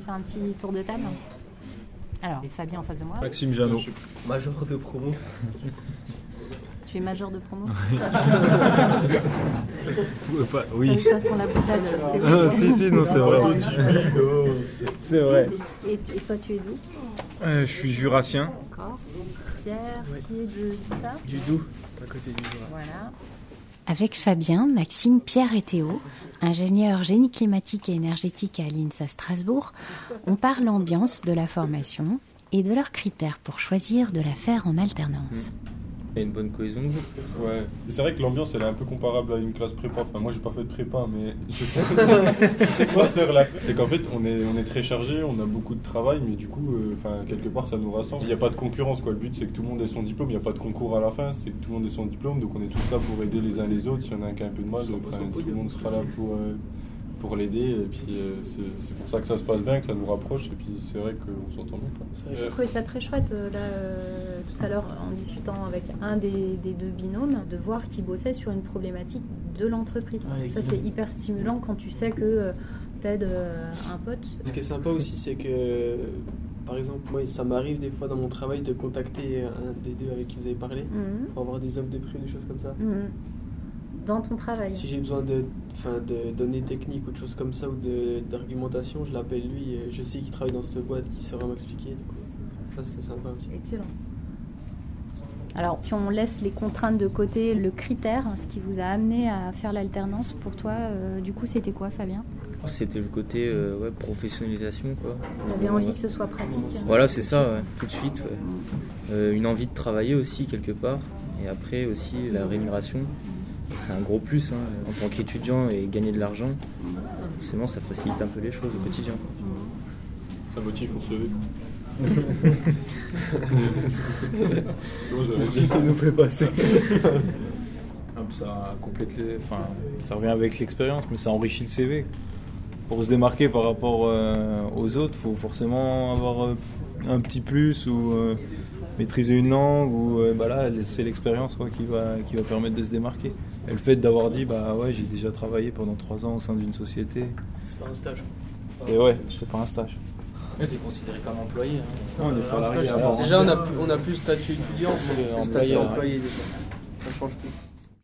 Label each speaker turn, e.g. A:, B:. A: fait un petit tour de table Alors, Fabien en face de moi.
B: Maxime Janot.
C: Major de promo.
A: Tu es majeur de promo
B: Euh, pas- Oui.
A: Ça, ça sent la boutade. c'est bon.
B: Ah, si, si, non, c'est vrai. C'est vrai.
A: Et, et toi, tu es d'où
B: Euh, je suis jurassien.
A: Encore. Pierre, qui est de tout ça
C: Du doux, à côté du Jura.
A: Voilà.
D: Avec Fabien, Maxime, Pierre et Théo, ingénieurs génie climatique et énergétique à l'INSA Strasbourg, on parle ambiance de la formation et de leurs critères pour choisir de la faire en alternance.
C: Il y a une bonne cohésion de groupe.
E: Ouais, Et c'est vrai que l'ambiance elle est un peu comparable à une classe prépa. Enfin, moi j'ai pas fait de prépa, mais je sais, je sais quoi ce là. C'est qu'en fait on est, on est très chargé, on a beaucoup de travail, mais du coup, euh, enfin, quelque part ça nous rassemble. Il n'y a pas de concurrence quoi. Le but c'est que tout le monde ait son diplôme, il n'y a pas de concours à la fin, c'est que tout le monde ait son diplôme. Donc on est tous là pour aider les uns les autres. S'il y en a un qui a un peu de mal, enfin, tout le monde sera là pour, euh, pour l'aider. Et puis euh, c'est c'est pour ça que ça se passe bien, que ça nous rapproche. Et puis c'est vrai qu'on s'entend bien. quoi.
A: J'ai trouvé ça très chouette euh, là, euh, tout à l'heure en discutant avec un des, des deux binômes de voir qu'ils bossaient sur une problématique de l'entreprise.
C: Ouais,
A: ça c'est
C: exactement.
A: hyper stimulant quand tu sais que euh, t'aides euh, un pote.
C: Ce qui est sympa aussi, c'est que, par exemple, moi, ça m'arrive des fois dans mon travail de contacter un des deux avec qui vous avez parlé
B: Mm.
A: Mhm.
C: pour avoir des offres de prix ou des choses comme ça.
A: Mhm. Dans ton travail.
C: Si j'ai besoin de, enfin, de données techniques ou de choses comme ça ou de- d'argumentation, je l'appelle lui. et Je sais qu'il travaille dans cette boîte, qu'il saura m'expliquer. du coup. Ça, c'est sympa aussi.
A: Excellent. Alors, si on laisse les contraintes de côté, le critère, hein, ce qui vous a amené à faire l'alternance, pour toi, euh, du coup, c'était quoi, Fabien
F: Oh, C'était le côté euh, ouais, professionnalisation. quoi.
A: J'avais envie que ce soit pratique.
F: Voilà, c'est ça, ouais, tout de suite. ouais. Euh, une envie de travailler aussi, quelque part. Et après aussi, la rémunération. C'est un gros plus hein, en tant qu'étudiant et gagner de l'argent. Forcément, ça facilite un peu les choses au quotidien.
E: Ça motive pour se lever. Tu vois, j'avais dit.
B: nous fait passer.
G: Ah, Ça complète les- enfin, ça revient avec l'expérience, mais ça enrichit le CV. Pour se démarquer par rapport euh, aux autres, faut forcément avoir euh, un petit plus ou euh, maîtriser une langue ou euh, bah là, c'est l'expérience quoi, qui va qui va permettre de se démarquer. Et le fait d'avoir dit bah ouais, j'ai déjà travaillé pendant trois ans au sein d'une société,
C: C'est pas un stage.
G: c'est ouais, c'est pas un stage.
H: T'es considéré comme employé. hein.
G: on est salarié
H: stage,
G: avant.
H: c'est-
G: Bon.
C: Déjà, on a, plus, on a plus le statut étudiant, c'est
G: C'est
C: le statut
G: employé.
C: employé déjà. Ça change plus.